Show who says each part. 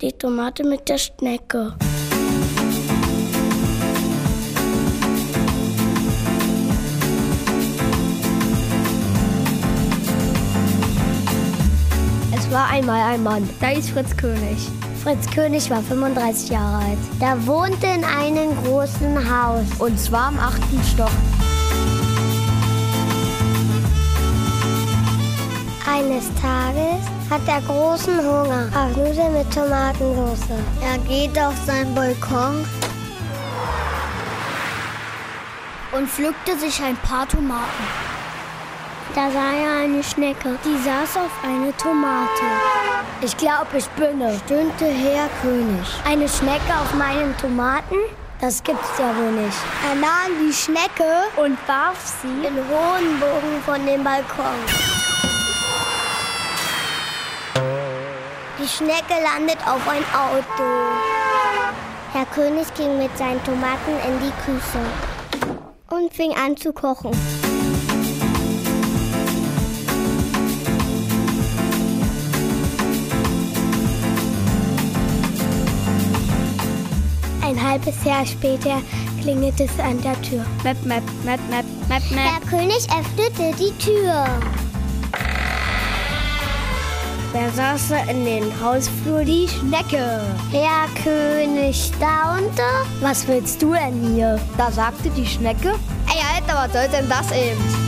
Speaker 1: Die Tomate mit der Schnecke.
Speaker 2: Es war einmal ein Mann.
Speaker 3: Da ist Fritz König.
Speaker 4: Fritz König war 35 Jahre alt.
Speaker 5: Da wohnte in einem großen Haus.
Speaker 2: Und zwar im achten Stock.
Speaker 5: Eines Tages hat er großen Hunger auf Nudeln mit Tomatensauce.
Speaker 6: Er geht auf seinen Balkon
Speaker 7: und pflückte sich ein paar Tomaten.
Speaker 1: Da sah er eine Schnecke, die saß auf eine Tomate.
Speaker 2: Ich glaube, ich binne,
Speaker 3: stöhnte Herr König.
Speaker 7: Eine Schnecke auf meinen Tomaten? Das gibt's ja wohl nicht.
Speaker 5: Er nahm die Schnecke
Speaker 7: und warf sie
Speaker 5: in hohen Bogen von dem Balkon. Die Schnecke landet auf ein Auto.
Speaker 6: Herr König ging mit seinen Tomaten in die Küche und fing an zu kochen.
Speaker 1: Ein halbes Jahr später klingelt es an der Tür.
Speaker 3: Map, map, map, map, map, map.
Speaker 6: Der König öffnete die Tür.
Speaker 3: Wer saß da in den Hausflur? Die Schnecke.
Speaker 5: Herr König staunte.
Speaker 2: Was willst du denn hier?
Speaker 3: Da sagte die Schnecke.
Speaker 2: Ey, Alter, was soll denn das eben?